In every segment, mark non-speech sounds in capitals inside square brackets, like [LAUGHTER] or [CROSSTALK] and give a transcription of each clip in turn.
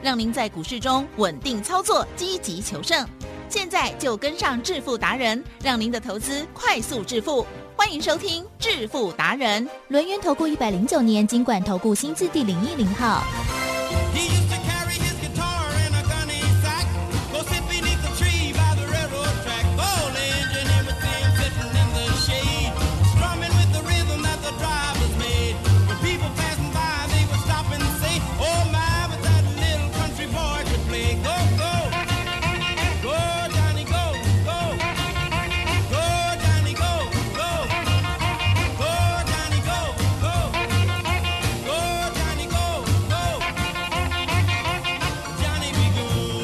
让您在股市中稳定操作，积极求胜。现在就跟上致富达人，让您的投资快速致富。欢迎收听《致富达人》，轮源投顾一百零九年经管投顾新字第零一零号。 He used to carry his guitar in a gunny sack. Go sit beneath the tree by the railroad track. Old engineer would see him sitting in the shade, strumming with the rhythm that the drivers made. When people passing by, they would stop and say, Oh my, but that little country boy could play. Go, go, go, Johnny, go, go, go, Johnny, go, go, go, Johnny, go, go, go, Johnny, go, go. Johnny be good.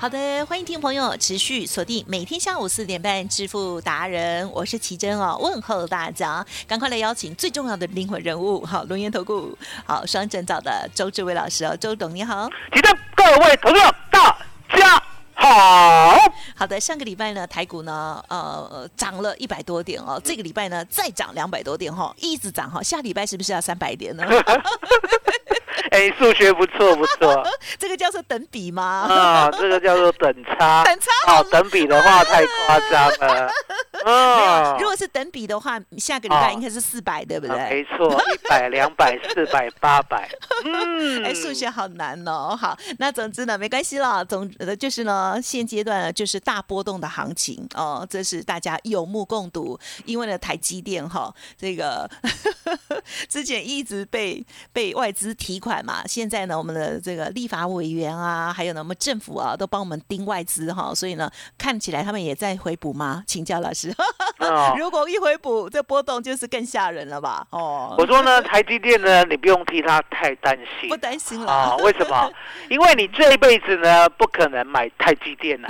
好的，欢迎听众朋友持续锁定每天下午四点半《致富达人》，我是奇珍哦，问候大家，赶快来邀请最重要的灵魂人物，好，轮源投顾，好，双证照的周志伟老师哦，周董你好。提振各位朋友大家好。好的，上个礼拜呢，台股呢，呃，涨了一百多点哦，这个礼拜呢再涨两百多点哈、哦，一直涨哈、下礼拜是不是要三百点呢？哎，数学不错不 [LAUGHS] 错这个叫做等比吗？啊，这个叫做等差。 [LAUGHS] 等差哦，等比的话太夸张 [LAUGHS] 了。啊如，果是等比的话，下个礼拜哦应该是四百、对不对？啊没错，一百、两 [LAUGHS] 百、四百、八百。嗯，哎，数学好难哦。好，那总之呢，没关系啦。总呃，就是呢，现阶段呢，就是大波动的行情哦，这是大家有目共睹。因为呢，台积电哈、这个 [LAUGHS] 之前一直被被外资提款嘛，现在呢，我们的这个立法委员啊，还有呢，我们政府啊，都帮我们盯外资哈、所以呢，看起来他们也在回补吗？请教老师，哦 [LAUGHS] 如果一回补，这波动就是更吓人了吧？哦，我说呢，台积电呢，你不用替他太担心不。担心了。 [LAUGHS] 啊，为什么？因为你这一辈子呢，不可能买台积电 [LAUGHS] 了。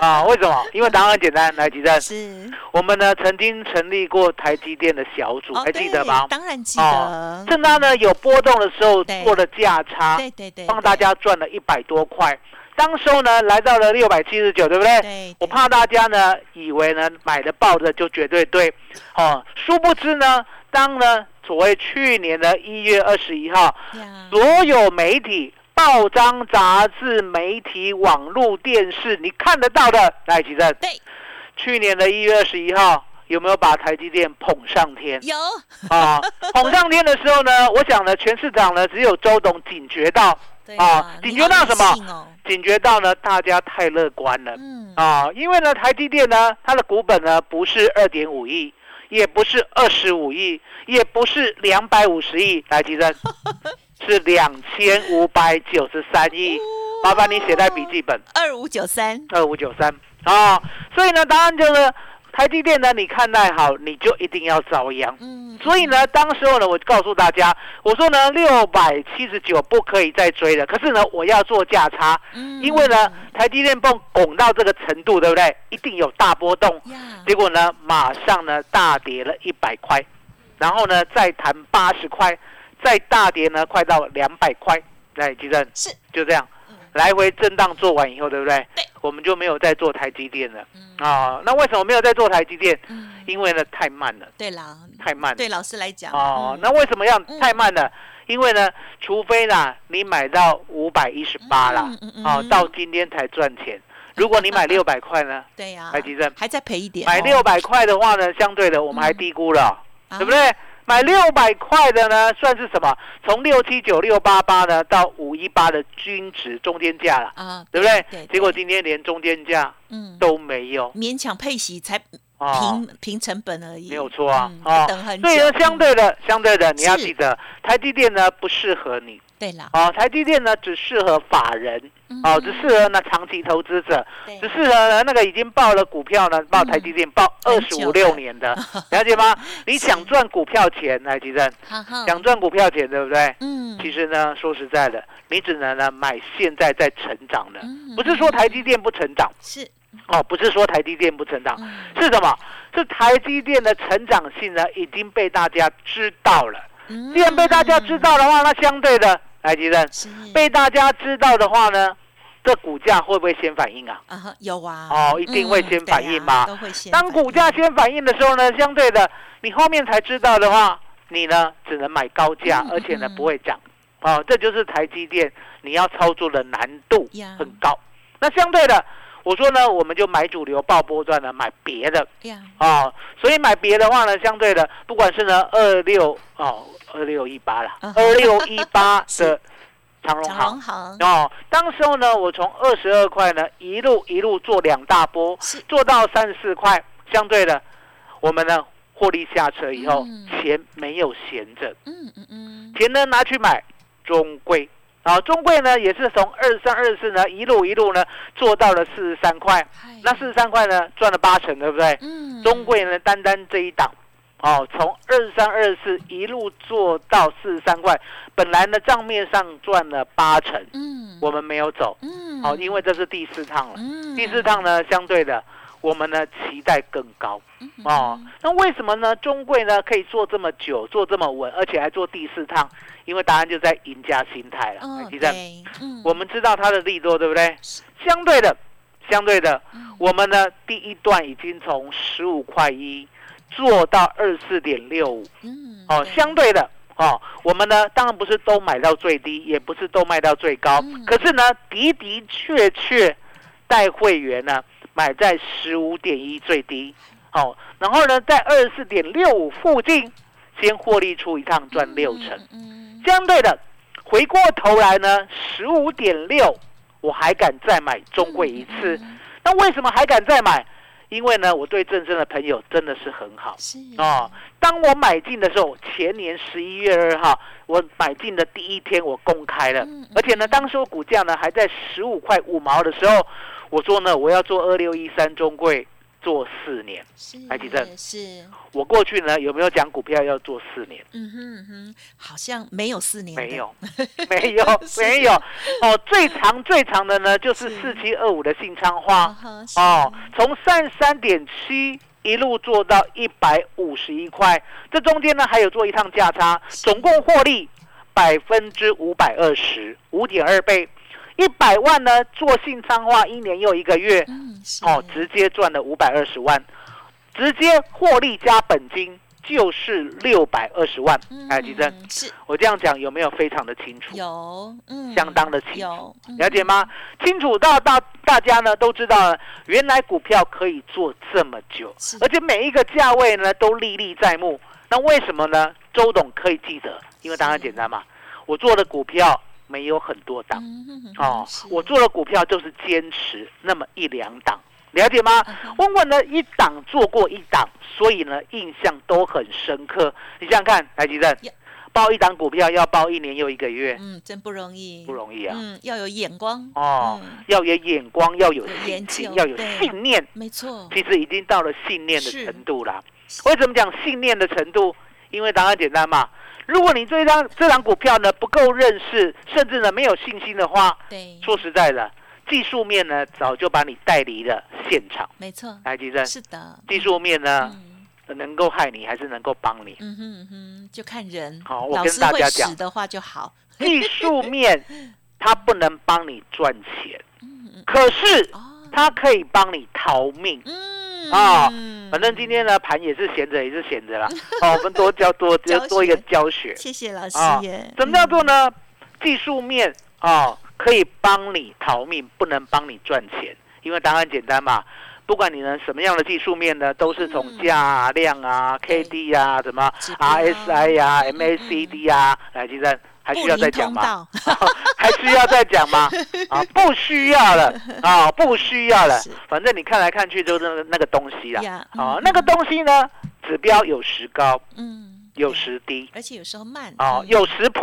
啊，为什么？因为答案很简单，来，吉正，是我们呢曾经成立过台积电的小组，哦，还记对得吗？当然记哦得，。正当呢有波动的时候对做了价差，对对对，帮大家赚了一百多块。当时候呢来到了六百七十九，对不对？对对哎我怕大家呢以为呢买的抱着就绝对对，哦，殊不知呢，当呢所谓去年的一月二十一号，呀，所有媒体、报章、杂志、媒体、网络、电视，你看得到的，来吉正，对，去年的一月二十一号有没有把台积电捧上天？有啊，捧上天的时候呢，我想呢，全市场呢只有周董警觉到，对啊你警觉好到理什么性哦警觉到呢，大家太乐观了嗯，啊，因为呢，台积电呢，它的股本呢不是二点五亿。也不是二十五亿，也不是两百五十亿，来吉珍，是两千五百九十三亿。麻烦你写在笔记本。二五九三，二五九三啊。所以呢，答案就是台积电呢，你看待好，你就一定要遭殃。嗯，所以呢，当时候呢，我告诉大家，我说呢，六百七十九不可以再追了。可是呢，我要做价差，嗯，因为呢，台积电泵拱到这个程度，对不对？一定有大波动。呀，结果呢，马上呢大跌了一百块，然后呢再弹八十块，再大跌呢快到两百块。来，吉正是就这样嗯，来回震荡做完以后，对不对？对我们就没有再做台积电了嗯啊。那为什么没有再做台积电？嗯，因为呢太慢了，对啦，太慢了对老师来讲，哦嗯。那为什么要嗯太慢了？因为呢，除非啦你买到五百一十八啦嗯嗯，嗯哦嗯，到今天才赚钱。如果你买六百块呢，哎对呀，台积电还再赔一点哦，买六百块的话呢，相对的我们还低估了，啊，对不对？买六百块的呢，算是什么？从六七九、六八八呢到五一八的均值中间价了，啊，对不对？对，结果对今天连中间价嗯，都没有勉强配息才啊，平平成本而已，没有错啊嗯啊等很久，所以呢，相嗯对的，相对的，你要是记得，台积电呢不适合你对啦，嗯哦，台积电呢只适合法人，哦，只适合呢长期投资者，对只适合呢那个已经报了股票呢，报台积电报很二久十了五六年的，了 [LAUGHS] 解吗？你想赚股票钱，台积电哈哈，想赚股票钱，对不对？嗯，其实呢，说实在的，你只能呢买现在在成长的，嗯不是说台积电不成长是，哦，不是说台积电不成长，嗯是什么？是台积电的成长性呢已经被大家知道了。嗯既然被大家知道的话，那相对的，台积电是被大家知道的话呢，这股价会不会先反应啊？啊哈有啊，哦一定会嗯先反对应啊嘛都会先当反股应价先反应的时候呢，相对的，你后面才知道的话，你呢只能买高价嗯，而且呢嗯不会涨。哦，这就是台积电你要操作的难度呀很高。那相对的，我说呢，我们就买主流爆波段呢，买别的呀，哦。所以买别的话呢，相对的，不管是呢二六哦二六一八啦嗯，二六一 [LAUGHS] 八是的长荣长行隆。行哦，当时候呢，我从二十二块呢一路一路做两大波是，做到三十四块，相对的，我们呢获利下车以后，嗯钱没有闲着，嗯嗯嗯，钱呢拿去买中贵。啊，中贵呢也是从二三二四呢一路一路呢做到了四十三块，嗨那四十三块呢赚了八成，对不对？嗯中贵呢单单这一档，哦，从二三二四一路做到四十三块，本来呢账面上赚了八成，嗯我们没有走，嗯哦，因为这是第四趟了。嗯第四趟呢，相对的，我们呢期待更高嗯哦。那为什么呢？中贵呢可以做这么久，做这么稳，而且还做第四趟？因为答案就在赢家心态了。嗯哎其实对嗯我们知道它的利多，对不对是？相对的，相对的，嗯我们呢第一段已经从十五块一做到二四点六五嗯哦，对相对的。哦，我们呢，当然不是都买到最低，也不是都卖到最高，嗯可是呢，的的确确带会员呢买在十五点一最低，好、然后呢，在二十四点六五附近先获利出一趟赚六成，嗯嗯相对的，回过头来呢，十五点六我还敢再买中贵一次，嗯那为什么还敢再买？因为呢，我对正生的朋友真的是很好。是哦，当我买进的时候，前年十一月二号，我买进的第一天我公开了，嗯嗯而且呢，当时我股价呢还在十五块五毛的时候，我说呢我要做二六一三中贵做四年。是台积电是我过去呢有没有讲股票要做四年？嗯哼嗯哼，好像没有四年的没有， [LAUGHS] 没有，没有。哦，最长最长的呢就是是四七二五的信昌啊化哈是哦，从三十三点七。一路做到一百五十一块，这中间呢还有做一趟价差，总共获利百分之五百二十五点二倍，一百万呢做信昌化一年又一个月，嗯是哦，直接赚了五百二十万，直接获利加本金就是六百二十万。哎，吉珍，嗯是我这样讲有没有非常的清楚？有嗯相当的清楚有嗯了解吗？清楚到大大家呢都知道了，原来股票可以做这么久是，而且每一个价位呢都历历在目。那为什么呢？周董可以记得，因为答案简单嘛。我做的股票没有很多档、嗯嗯嗯哦是，我做的股票就是坚持那么一两档，了解吗？嗯哼温温呢一档做过一档，所以呢印象都很深刻。你想想看，来吉正 Yeah，报一档股票要报一年又一个月，嗯真不容易不容易啊。嗯要有眼光哦，嗯要有眼光，要有有研信究心，要有对信念。没错其实已经到了信念的哦是程度啦。为什么讲信念的程度？因为答案简单嘛。如果你对这张这张股票呢不够认识，甚至呢没有信心的话，对说实在的，技术面呢早就把你带离了现场。没错来，吉正，是的技术面呢嗯。能够害你，还是能够帮 [LAUGHS] 你？嗯哼嗯哼，就看人。好我老跟师大会家使讲的话就好。技术 [LAUGHS] 面它不能帮你赚钱，嗯嗯可是哦，它可以帮你逃命。嗯啊反正今天呢，盘也是闲着，也是闲 [LAUGHS] 着啦。哦，我们多教多教学多一个教学谢谢老师啊耶。怎么叫做呢？技术面哦，可以帮你逃命，不能帮你赚钱，因为答案简单嘛。不管你呢什么样的技术面呢，都是从嗯价啊、量啊、对 K D 啊、什么指标 R S I 呀、嗯 M A C D 啊，来，其实还嗯需要再讲吗？道 [LAUGHS] 还需要再讲 [LAUGHS] 吗？啊，不需要了，啊，不需要了是。反正你看来看去都是那个那个东西啦。呀？啊嗯，那个东西呢，指标有时高，嗯，有对，时低，而且有时候慢啊，嗯有时破，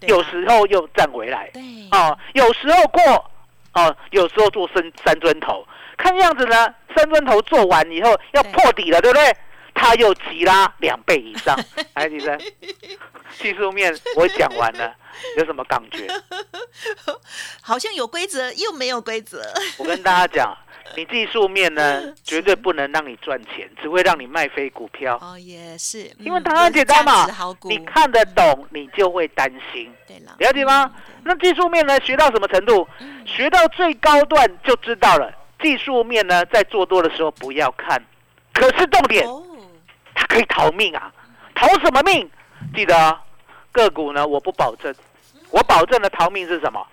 对啊有时候又站回来，对，哦，有时候过，哦，有时候做三三尊头，看样子呢，三尊头做完以后要对破底了，对不对？它又急拉两倍以 [LAUGHS] 上，哎，李生，技术面我讲完了，有什么感觉？好像有规则又没有规则，我跟大家讲，你技术面嗯呢，绝对不能让你赚钱，只会让你卖飞股票，哦，也是，因为嗯它很有简单价嘛值好，股你看得懂，你就会担心。对嗯了，了解吗？那技术面呢，学到什么程度？学到最高段就知道了。技术面呢，在做多的时候不要看，可是重点哦，它可以逃命啊，逃什么命？记得、啊、个股呢，我不保证，我保证的逃命是什么？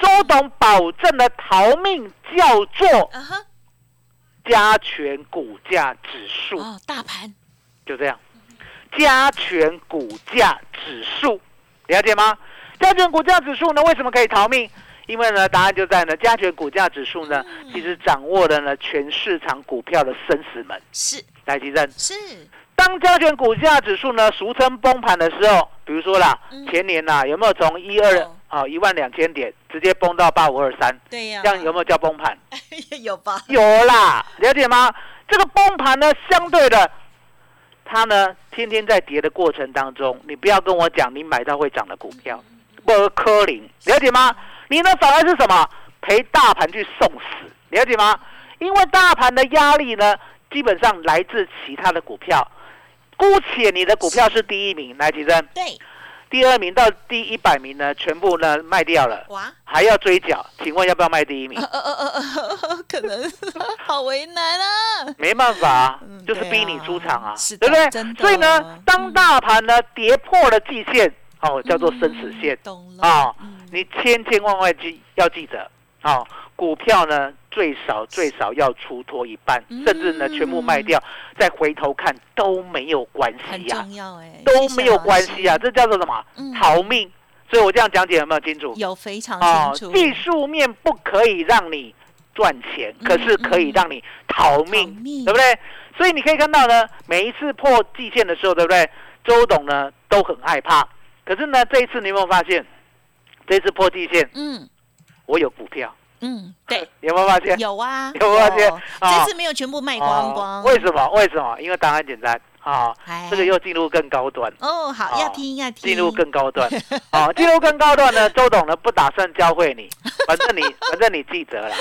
周董保证的逃命叫做啊哈，加权股价指数，哦，大盘就这样，加权股价指数，了解吗？加权股价指数呢，为什么可以逃命？因为呢，答案就在呢，加权股价指数呢，其实掌握了呢全市场股票的生死门。是来，吉正，是，当加权股价指数呢俗称崩盘的时候，比如说啦嗯，前年呐、有没有从一二哦啊一万两千点直接崩到八五二三，对呀这样有没有叫崩盘？有 [LAUGHS] 有吧？有啦，了解吗？这个崩盘呢，相对的，它呢天天在跌的过程当中，你不要跟我讲你买到会涨的股票，不科林，了解吗？你呢反而是什么陪大盘去送死，了解吗？因为大盘的压力呢，基本上来自其他的股票。姑且你的股票是第一名，来提升对，第二名到第一百名呢，全部呢卖掉了，哇，还要追缴，请问要不要卖第一名呃？呃呃呃呃，可能 [LAUGHS] 好为难啊。没办法、啊嗯，就是逼你出场啊，对啊对不是的真的嗯对？所以呢，当大盘呢跌破了季线，哦，叫做生死线嗯懂了啊嗯，你千千万万记要记得哦，股票呢最少最少要出脱一半，嗯甚至呢全部卖掉，再回头看都没有关系很呀，重要哎，都谢谢没有老关师系啊，，这叫做什么嗯？逃命。所以我这样讲解有没有清楚？有非常哦清，楚，技术面不可以让你赚钱，嗯可是可以让你逃命，逃命对不对？所以你可以看到呢，每一次破季线的时候，对不对？周董呢都很害怕，可是呢，这一次你有没有发现？这一次破季线，嗯我有股票，嗯， [LAUGHS] 对，有没有发现？有啊，有没有发现有啊这次没有全部卖光光，哦为什么？为什么？因为答案简单啊，哎这个又进入更高端。哦，好，哦要听要听，进入更高段，哦，进入更高段呢，周董呢不打算教会你，反正你反正你记得啦，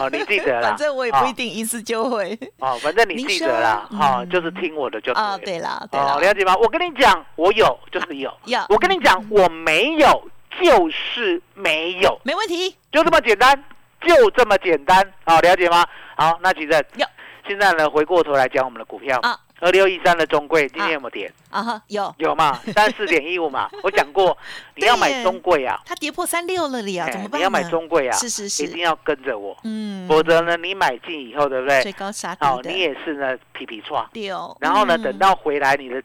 哦，你记得 [LAUGHS] 啦，反正我也不一哦定一次就会哦，反正你您记说得啦，嗯哦，就是听我的就啊，对对了。啦对哦，啦，了解吗？我跟你讲，我有就是有要，我跟你讲，我没有就是没有，没问题，就这么简单，就这么简单。哦，了解吗？好，那其实有现在呢，回过头来讲我们的股票啊，二六一三的中贵今天有没有跌？啊哈，有，有嘛，三四点一 [LAUGHS] 五嘛，我讲过，你要对耶买中贵啊，哎它跌破三六了了呀，怎么办？你要买，中贵啊，是是一定是，要跟着我，嗯，否则呢，你买进以后，对不对？最高杀好，低你的也是呢，皮皮创。六，然后呢，嗯等到回来你的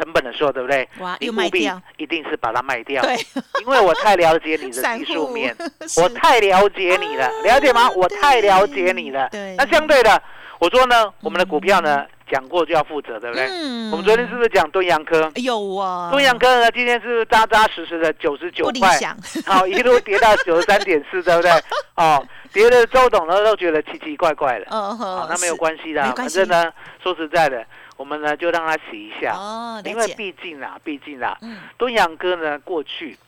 成本的时候，对不对？哇你又卖务必掉，一定是把它卖掉，对 [LAUGHS] 因为我太了解你的散技户术面， [LAUGHS] 是啊我太了解你了，了解吗？我太了解你了对。那相对的，我说呢，我们的股票呢，讲过就要负责，对不对？嗯我们昨天是不是讲敦洋科？有啊，敦洋科呢，今天是不是扎扎实实的九十九不理块，想， [LAUGHS] 好，一路跌到九十三点四，对不对？哦，跌的周董呢都觉得奇奇怪怪的。哦好呵，，那没有是关系的没啊，关反系正呢，说实在的，我们呢就让它洗一下，哦，啊因了为解，毕竟啊，毕竟啊，嗯，敦阳哥呢过去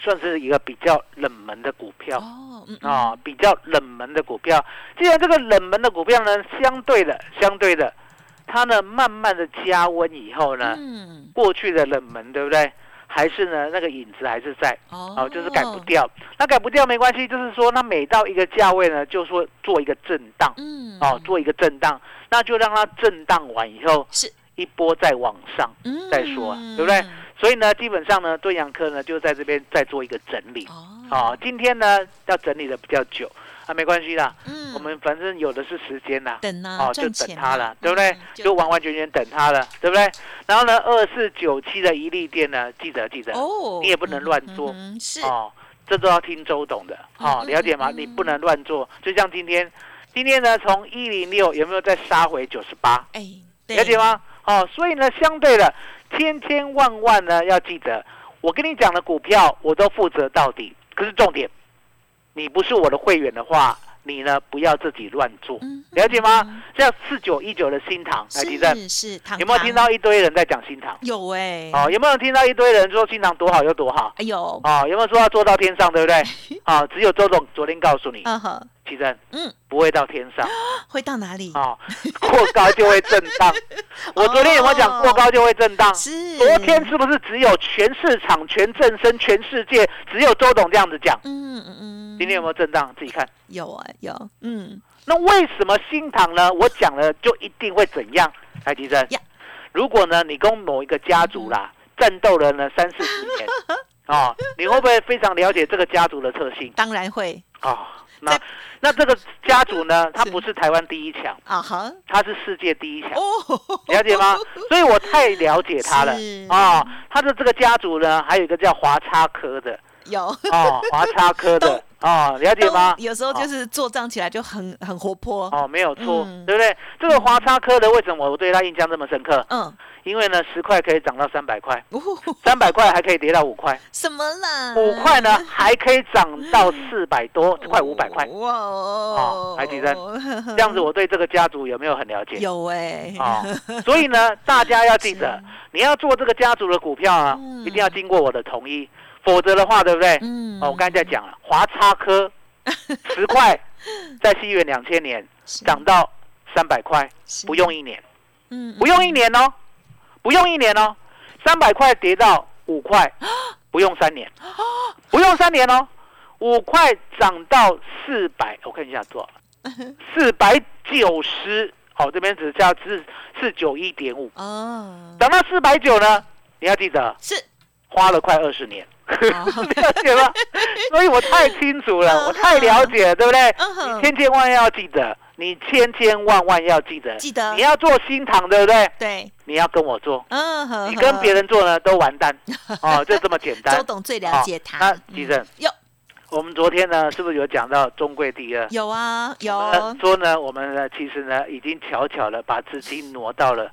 算是一个比较冷门的股票啊、哦，嗯，哦比较冷门的股票。既然这个冷门的股票呢，相对的，相对的，它呢慢慢的加温以后呢，嗯，过去的冷门，对不对？还是呢那个影子还是在。哦，哦，就是改不，掉。那改不掉没关系，就是说，那每到一个价位呢，就说做一个震荡，嗯，哦，做一个震荡，那就让它震荡完以后是一波再往上。嗯再说啊对不对？所以呢，基本上呢，对阳科呢就在这边再做一个整理。哦，哦，今天呢要整理的比较久啊，没关系啦，嗯，我们反正有的是时间啦。等啊，哦，就赚等钱它嘛了，对不对？嗯就完完全全等它了，对不对？然后呢，二四九七的一利店呢，记得记得，哦，你也不能乱做嗯，嗯是，哦，这都要听周董的哦嗯，嗯了解吗？嗯嗯你不能乱做，就像今天，今天呢从一零六有没有再杀回九十八？哎，对了解？吗？哦，所以呢，相对的，千千万万呢要记得，我跟你讲的股票我都负责到底。可是重点，你不是我的会员的话，你呢不要自己乱做，嗯了解吗？像四九一九的新塘，来地震，是是，糖有没有听？到一堆人在讲新塘？有哎，哦，有没有听到一堆人说新塘多好又多好？哎呦，哦，有没有说要做到天上，对 [LAUGHS] 不对？啊、只有周总昨天告诉你，嗯哼，奇珍，嗯，不会到天上会到哪里？啊，过高就会震荡。我昨天有没有讲过高就会震荡？哦是昨天是不是只有全市场、全正声、全世界只有周董这样子讲？嗯嗯嗯，今天有没有震荡？自己看。有啊有，嗯那为什么新塘呢？我讲了就一定会怎样？来，奇珍呀，嗯如果呢你跟某一个家族啦战斗了呢三四十 [LAUGHS] 年哦，你会不会非常了解这个家族的特性？当然会哦，那在那这个家族呢，它是不是台湾第一强，啊哈它是世界第一强， [LAUGHS] 哦，了解 [LAUGHS] 吗？所以我太了解它了是哦。它的这个家族呢，还有一个叫华差科的有。 [LAUGHS] 哦，华差科的哦，了解都吗？ [LAUGHS] 有时候就是做账起来就很很活泼，哦，没有错，嗯对不对？这个华差科的为什么我对它印象这么深刻？嗯，因为呢，十块可以涨到三百块，呜呼三百块还可以跌到五块，什么啦？五块呢还可以涨到四百多，快五百块。哇哦哦，[LAUGHS] 还提升这这样子，我对这个家族有没有很了解？有哎，哦，所以呢，大家要记 [LAUGHS] 着，你要做这个家族的股票啊，嗯一定要经过我的同意，否则的话，对不对？ [LAUGHS] 嗯哦，我刚才在讲了，华差科十块，在西元两千年涨到三百块，不，用一年，是嗯不用一年哦，不用一年哦，三百块跌到五块，不用三年，不用三年哦，五块涨到四百，我看一下多少，四百九十，哦，这边只叫四四九一点五，哦，涨到四百九呢，你要记得是花了快二十年。哦 [LAUGHS] 了解吗？所以我太清楚了，我太了解了，对不对？嗯哼你千千万万要记得，你千千万万要记得，记得你要做新塘，对不对？对，你要跟我做，嗯呵，你跟别人人做呢都完 [LAUGHS] 蛋哦，就这么简单周。董最了解他嗯哦，那其实有我们昨天呢，是不是有讲到中贵第二？有啊呃有，说呢，我们呢其实呢已经巧巧的把资金挪到了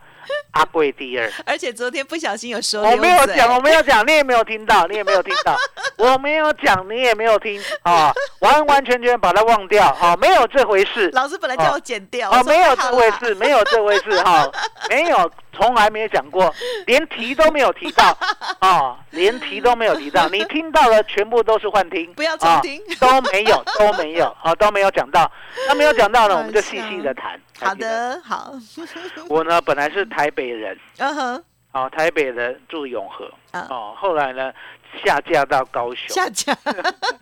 阿贵第二。而且昨天不小心有说我没有讲，我哦，没有讲，你也没有听到，你也没有听 [LAUGHS] 到，我没有讲，你也没有听啊，完完全全把它忘掉，好、没有这回事，老师本来叫我剪掉，哦我，说没有太这好啊回了，事，没有这回事，哈、没有，从来没有讲过，连提都没有 [LAUGHS] 提到，哦，连提都没有提到，你听到了，全部都是幻听，不要重听啊都没有，都没有，好、都没有讲到，那没有讲到呢，我们就细细的谈。 [LAUGHS] 好，的好，我呢本来是台北人。嗯哼，哦，台北人住永和，啊哦，后来呢下嫁到高雄，下下架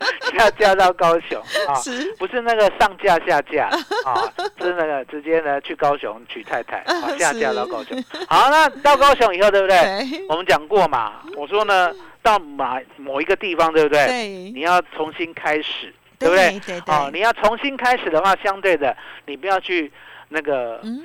嫁到高 [LAUGHS] 雄啊，是不是那个上架下架啊，是那个直接呢去高雄娶太太，啊啊，下是嫁到高雄。好，那到高雄以后，对不对？对我们讲过嘛，我说呢，到某某一个地方，对不哎对？对你要重新开始，对不对对？对哦，对，你要重新开始的话，相对的，你不要去那个嗯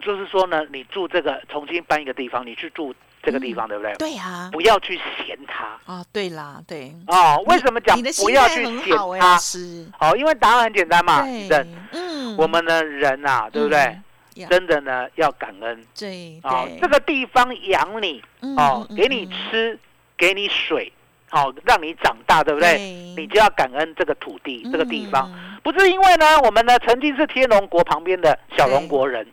就是说呢，你住这个重新搬一个地方，你去住这个嗯地方，对不对？对呀，不要去嫌它啊对啦对，哦。为什么讲你的心不要态去很嫌好哎，老它？师，好，因为答案很简单嘛，对人，嗯，我们呢人啊，对不对嗯呀？真的呢要感恩对哦对，这个地方养你嗯哦嗯，给你嗯吃，给你水，哦，让你长大，对不对？对你就要感恩这个土地，这个地方。嗯不是因为呢，我们呢曾经是天龙国旁边的小龙国人，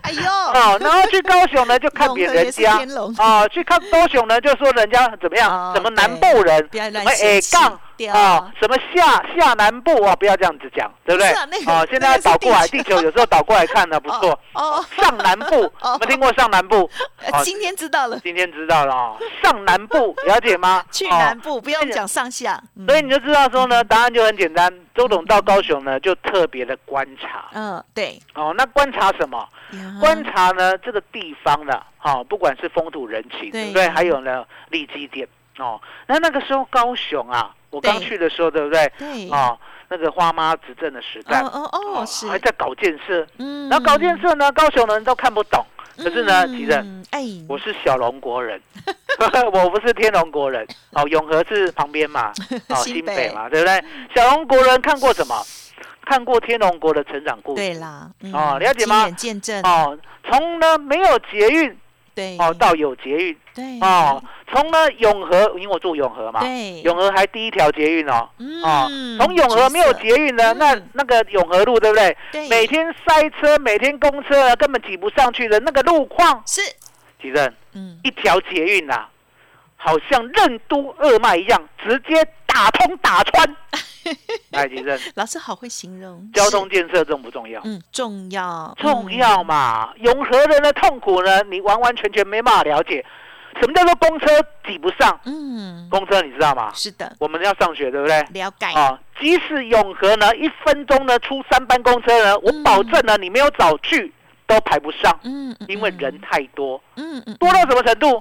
哎呦，哦，然后去高雄呢就看扁人永家和也是天龙，哦，去看高雄呢就说人家怎哦么样，什么南部人，不要什乱么嫌矮弃杠对哦，什么下下南部啊，不要这样子讲，对不对是啊那？个哦，现在那要个是倒过来，地地球有时候倒过来看呢，不错。 [LAUGHS] 啊哦，上南 [LAUGHS] 部，有没有听过上南部？呃今天知道了，今天知道了哦，上南 [LAUGHS] 部了解吗？去哦南部不用讲上下，嗯所以你就知道说呢，答案就很简单。周董到高雄呢，就特别的观察嗯对，哦。那观察什么？呀观察呢这个地方的，哦，不管是风土人情，对对不对？还有呢利基点哦。那那个时候高雄啊，我刚对去的时候，对不对？对，哦哦，那个花妈执政的时代，哦哦是，还在搞建设。嗯然后搞建设呢，高雄人都看不懂。可是呢，其实嗯哎，我是小龙国人， [LAUGHS] 我不是天龙国人。哦，永和是旁边嘛，哦 [LAUGHS] 新新北北嘛，对不对？小龙国人看过什么？看过天龙国的成长故事。对啦，嗯哦了解吗亲眼见证，哦，从呢没有捷运对，哦，到有捷运对，哦，从呢永和，因为我住永和嘛，嗯对，永和还第一条捷运哦，哦嗯，从永和没有捷运呢，嗯那那个永和路对不对？对，每天塞车，每天公车啊根本挤不上去的那个路况，是，其正嗯，一条捷运呐、啊，好像任督二脉一样，直接打通 [LAUGHS] 打穿。来，其正，老师好会形容交，通建设重不重要是？嗯，重要，重要嘛！永和人的痛苦呢，你完完全全没办法了解。什么叫做公车挤不上？嗯，嗯，公车你知道吗？是哎的，我们要上学，对不对？了解，啊，即使永和呢，一分钟呢出三班公车呢，我嗯保证呢，你没有早去都排不上，嗯，嗯因为人，太多，嗯嗯嗯，多到什么程度？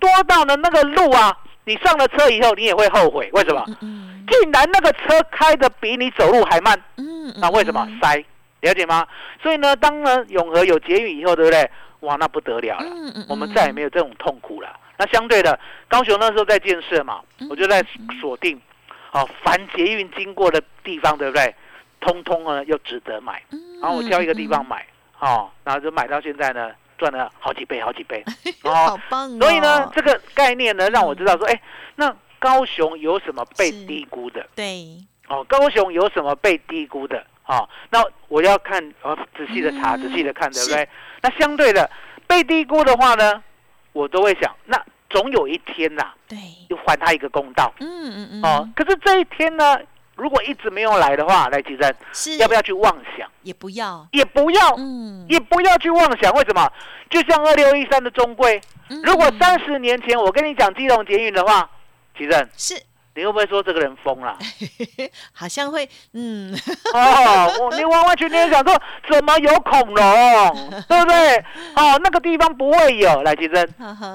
多到呢那个路啊，你上了车以后你也会后悔，为什么？嗯嗯竟然那个车开的比你走路还慢，嗯，嗯那为什么嗯塞？了解吗？所以呢，当呢永和有捷运以后，对不对？哇，那不得了了，嗯嗯，我们再也没有这种痛苦了。那相对的，高雄那时候在建设嘛嗯，我就在锁定，哦，凡捷运经过的地方，对不对？通通呢又值得买，嗯，然后我挑一个地方嗯，。买，哦，然后就买到现在呢，赚了好几倍，好几倍然好后，棒哦，所以呢，这个概念呢，让我知道说，哎，那高雄有什么被是低估的？对，哦，高雄有什么被低估的？哦，那我要看，哦，仔细的查，嗯仔细的看，对不是对？那相对的，被低估的话呢，我都会想，那总有一天呐、对，又还他一个公道嗯嗯嗯，哦。，可是这一天呢，如果一直没有来的话，来吉珍，是要不哦要去妄想？也不要，也不要，嗯，也不要去妄想。为什么？就像二六一三的中贵，嗯如果嗯三十年前我跟你讲基隆捷运的话，吉珍，是， [LAUGHS] 你会不会说这个人疯了？好像会，嗯， [LAUGHS] 哦，我你完完全全想说，怎么有恐龙，对不对？ [LAUGHS] 哦，那个地方不会有。来，其实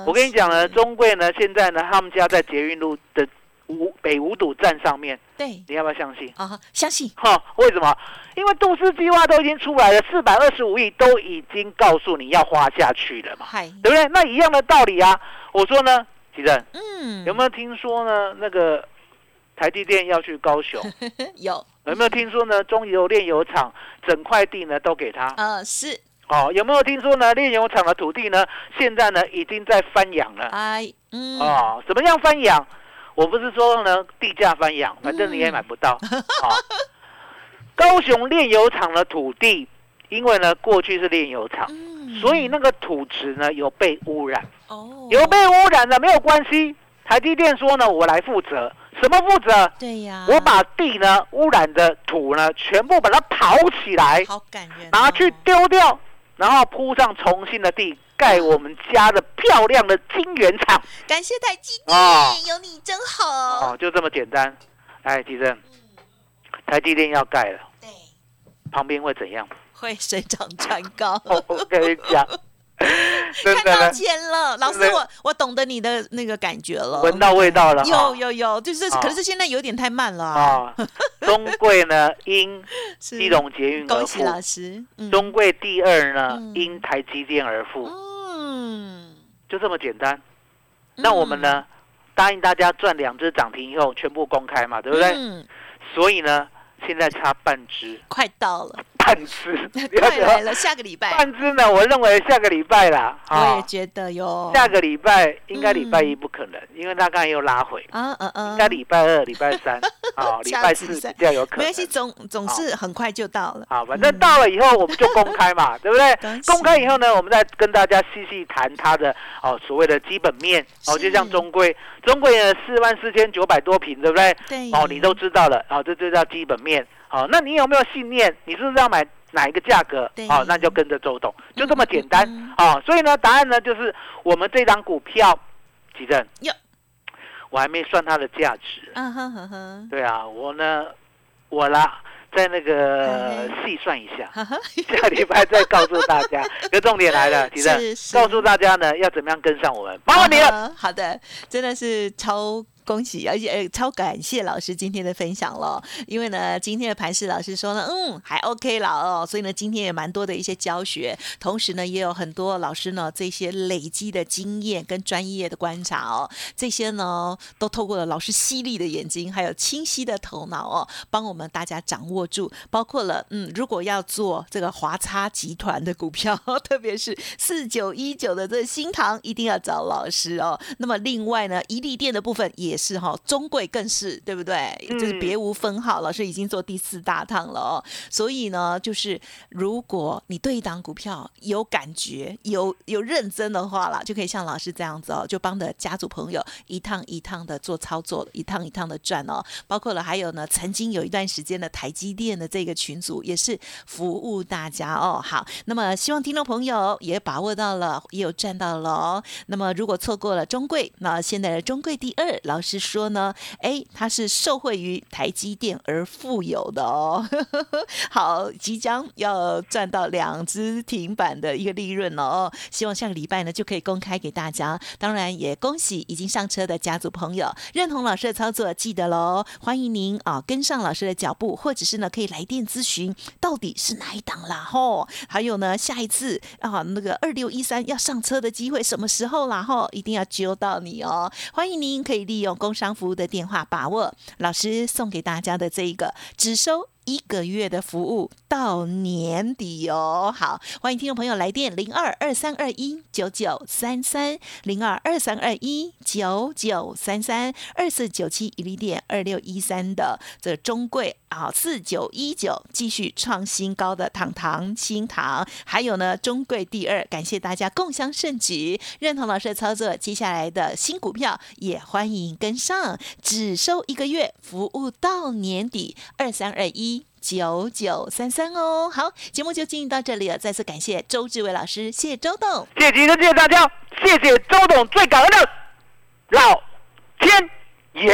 我跟你讲呢，啊是中贵呢，现在呢，他们家在捷运路的五北五堵站上面，对你要不要相信？啊，相信哈、为什么？因为都市计划都已经出来了，四百二十五亿都已经告诉你要花下去了嘛，嗨，对不对？那一样的道理啊。我说呢，其实嗯，有没有听说呢？那个台积电要去高雄， [LAUGHS] 有，有没有听说呢？中油炼油厂整块地呢都给他呃，是，哦？有没有听说呢？炼油厂的土地呢，现在呢已经在翻扬了哎，嗯，哦？怎么样翻扬？我不是说呢地价翻扬，嗯反正你也买不 [LAUGHS] 到哦。高雄炼油厂的土地，因为呢过去是炼油厂，嗯所以那个土质呢有被污染，哦，有被污染的没有关系。台积电说呢，我来负责，什么负责？对呀，我把地呢污染的土呢全部把它刨起来，好感人哦，拿去丢掉，然后铺上重新的地，盖我们家的漂亮的金源厂。感谢台积哦电，有你真好，嗯哦，就这么简单。哎，吉正，台积电要盖了，对，旁边会怎 [LAUGHS] 样？ [LAUGHS] 会水涨船高。哦，我跟你 [LAUGHS] 讲，真看的到呢，钱了，老师真，的我我懂得你的那个感觉了，闻到味道了。有哦有有，就是，哦可是现在有点太慢了啊，啊，中贵呢因 [LAUGHS] 是基隆捷运而恭喜富，老师，嗯中贵第二呢嗯因台积电而富，嗯，就这么简单。那我们呢，答应大家赚两只涨停以后全部公开嘛，嗯，对不对？嗯，所以呢，现在差半 [LAUGHS] 只，快到了，，半只快来了解吗了，下个礼拜，半只呢，我认为下个礼拜啦，我也啊，觉得哟，下个礼拜应该礼拜一不可能，因为它刚才又拉回，啊嗯应嗯，该礼拜二、礼 [LAUGHS] 拜三，啊，礼拜下次四再比较有可没关。能系，总总是很快就到了，好，反正到了以后我们就公开 [LAUGHS] 嘛，对不对恭？喜公开以后呢，我们再跟大家细细谈它的哦所谓的基本面哦，是就像中规，中规呢四万四千九百多平，对不对？对，哦，你都知道了，哦，这就叫基本面。哦，那你有没有信念？你是不是要买哪一个价格对？哦，那就跟着周董，就这么简单。嗯嗯哦，所以呢，答案呢就是我们这张股票，吉正哟，我还没算它的价值。啊哈哈哈对啊，我呢，我啦，在那个嘿细算一下，哈哈， [LAUGHS] 下礼拜再告诉大 [LAUGHS] 家。可重点来了，吉正，是是告诉大家呢要怎么样跟上我们，麻烦你了。嗯哼好的，真的是超恭喜，而且呃超感谢老师今天的分享了，因为呢，今天的盘市老师说呢，嗯，还 OK 了哦，所以呢，今天也蛮多的一些教学，同时呢，也有很多老师呢这些累积的经验跟专业的观察哦，这些呢都透过了老师犀利的眼睛，还有清晰的头脑哦，帮我们大家掌握住，包括了嗯，如果要做这个华差集团的股票， [LAUGHS] 特别是四九一九的这个新塘，一定要找老师哦。那么另外呢，一利店的部分也是哈、哦，中贵更是对不对？嗯就是别无分号，老师已经做第四大趟了哦。所以呢，就是如果你对一档股票有感觉、有有认真的话啦，就可以像老师这样子哦，就帮着家族朋友一趟一趟的做操作，一趟一趟的赚哦。包括了还有呢，曾经有一段时间的台积电的这个群组也是服务大家哦。好，那么希望听众朋友也把握到了，也有赚到了哦。那么如果错过了中贵，那现在的中贵第二，老师说呢，哎，它是受惠于台积电而富有的哦。 [LAUGHS] 好，即将要赚到两只停板的一个利润了哦。希望下个礼拜呢就可以公开给大家。当然也恭喜已经上车的家族朋友，认同老师的操作，记得喽，欢迎您啊跟上老师的脚步，或者是呢可以来电咨询到底是哪一档啦吼。还有呢，下一次啊那个二六一三要上车的机会什么时候啦吼，一定要揪到你哦。欢迎您可以利用工商服务的电话把握老师送给大家的这一个只收。一个月的服务到年底哦。好，欢迎听众朋友来电零二二三二一九九三三零二二三二一九九三三二四九七一零点二六一三的这个中贵啊四九一九继续创新高的糖糖新糖，还有呢中贵第二，感谢大家共襄盛举，认同老师的操作，接下来的新股票也欢迎跟上，只收一个月，服务到年底，二三二一九九三三哦。好，节目就进行到这里了，再次感谢周志伟老师，谢谢周董。谢谢吉哥，谢谢大家，谢谢周董，最感恩的老天爷。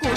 股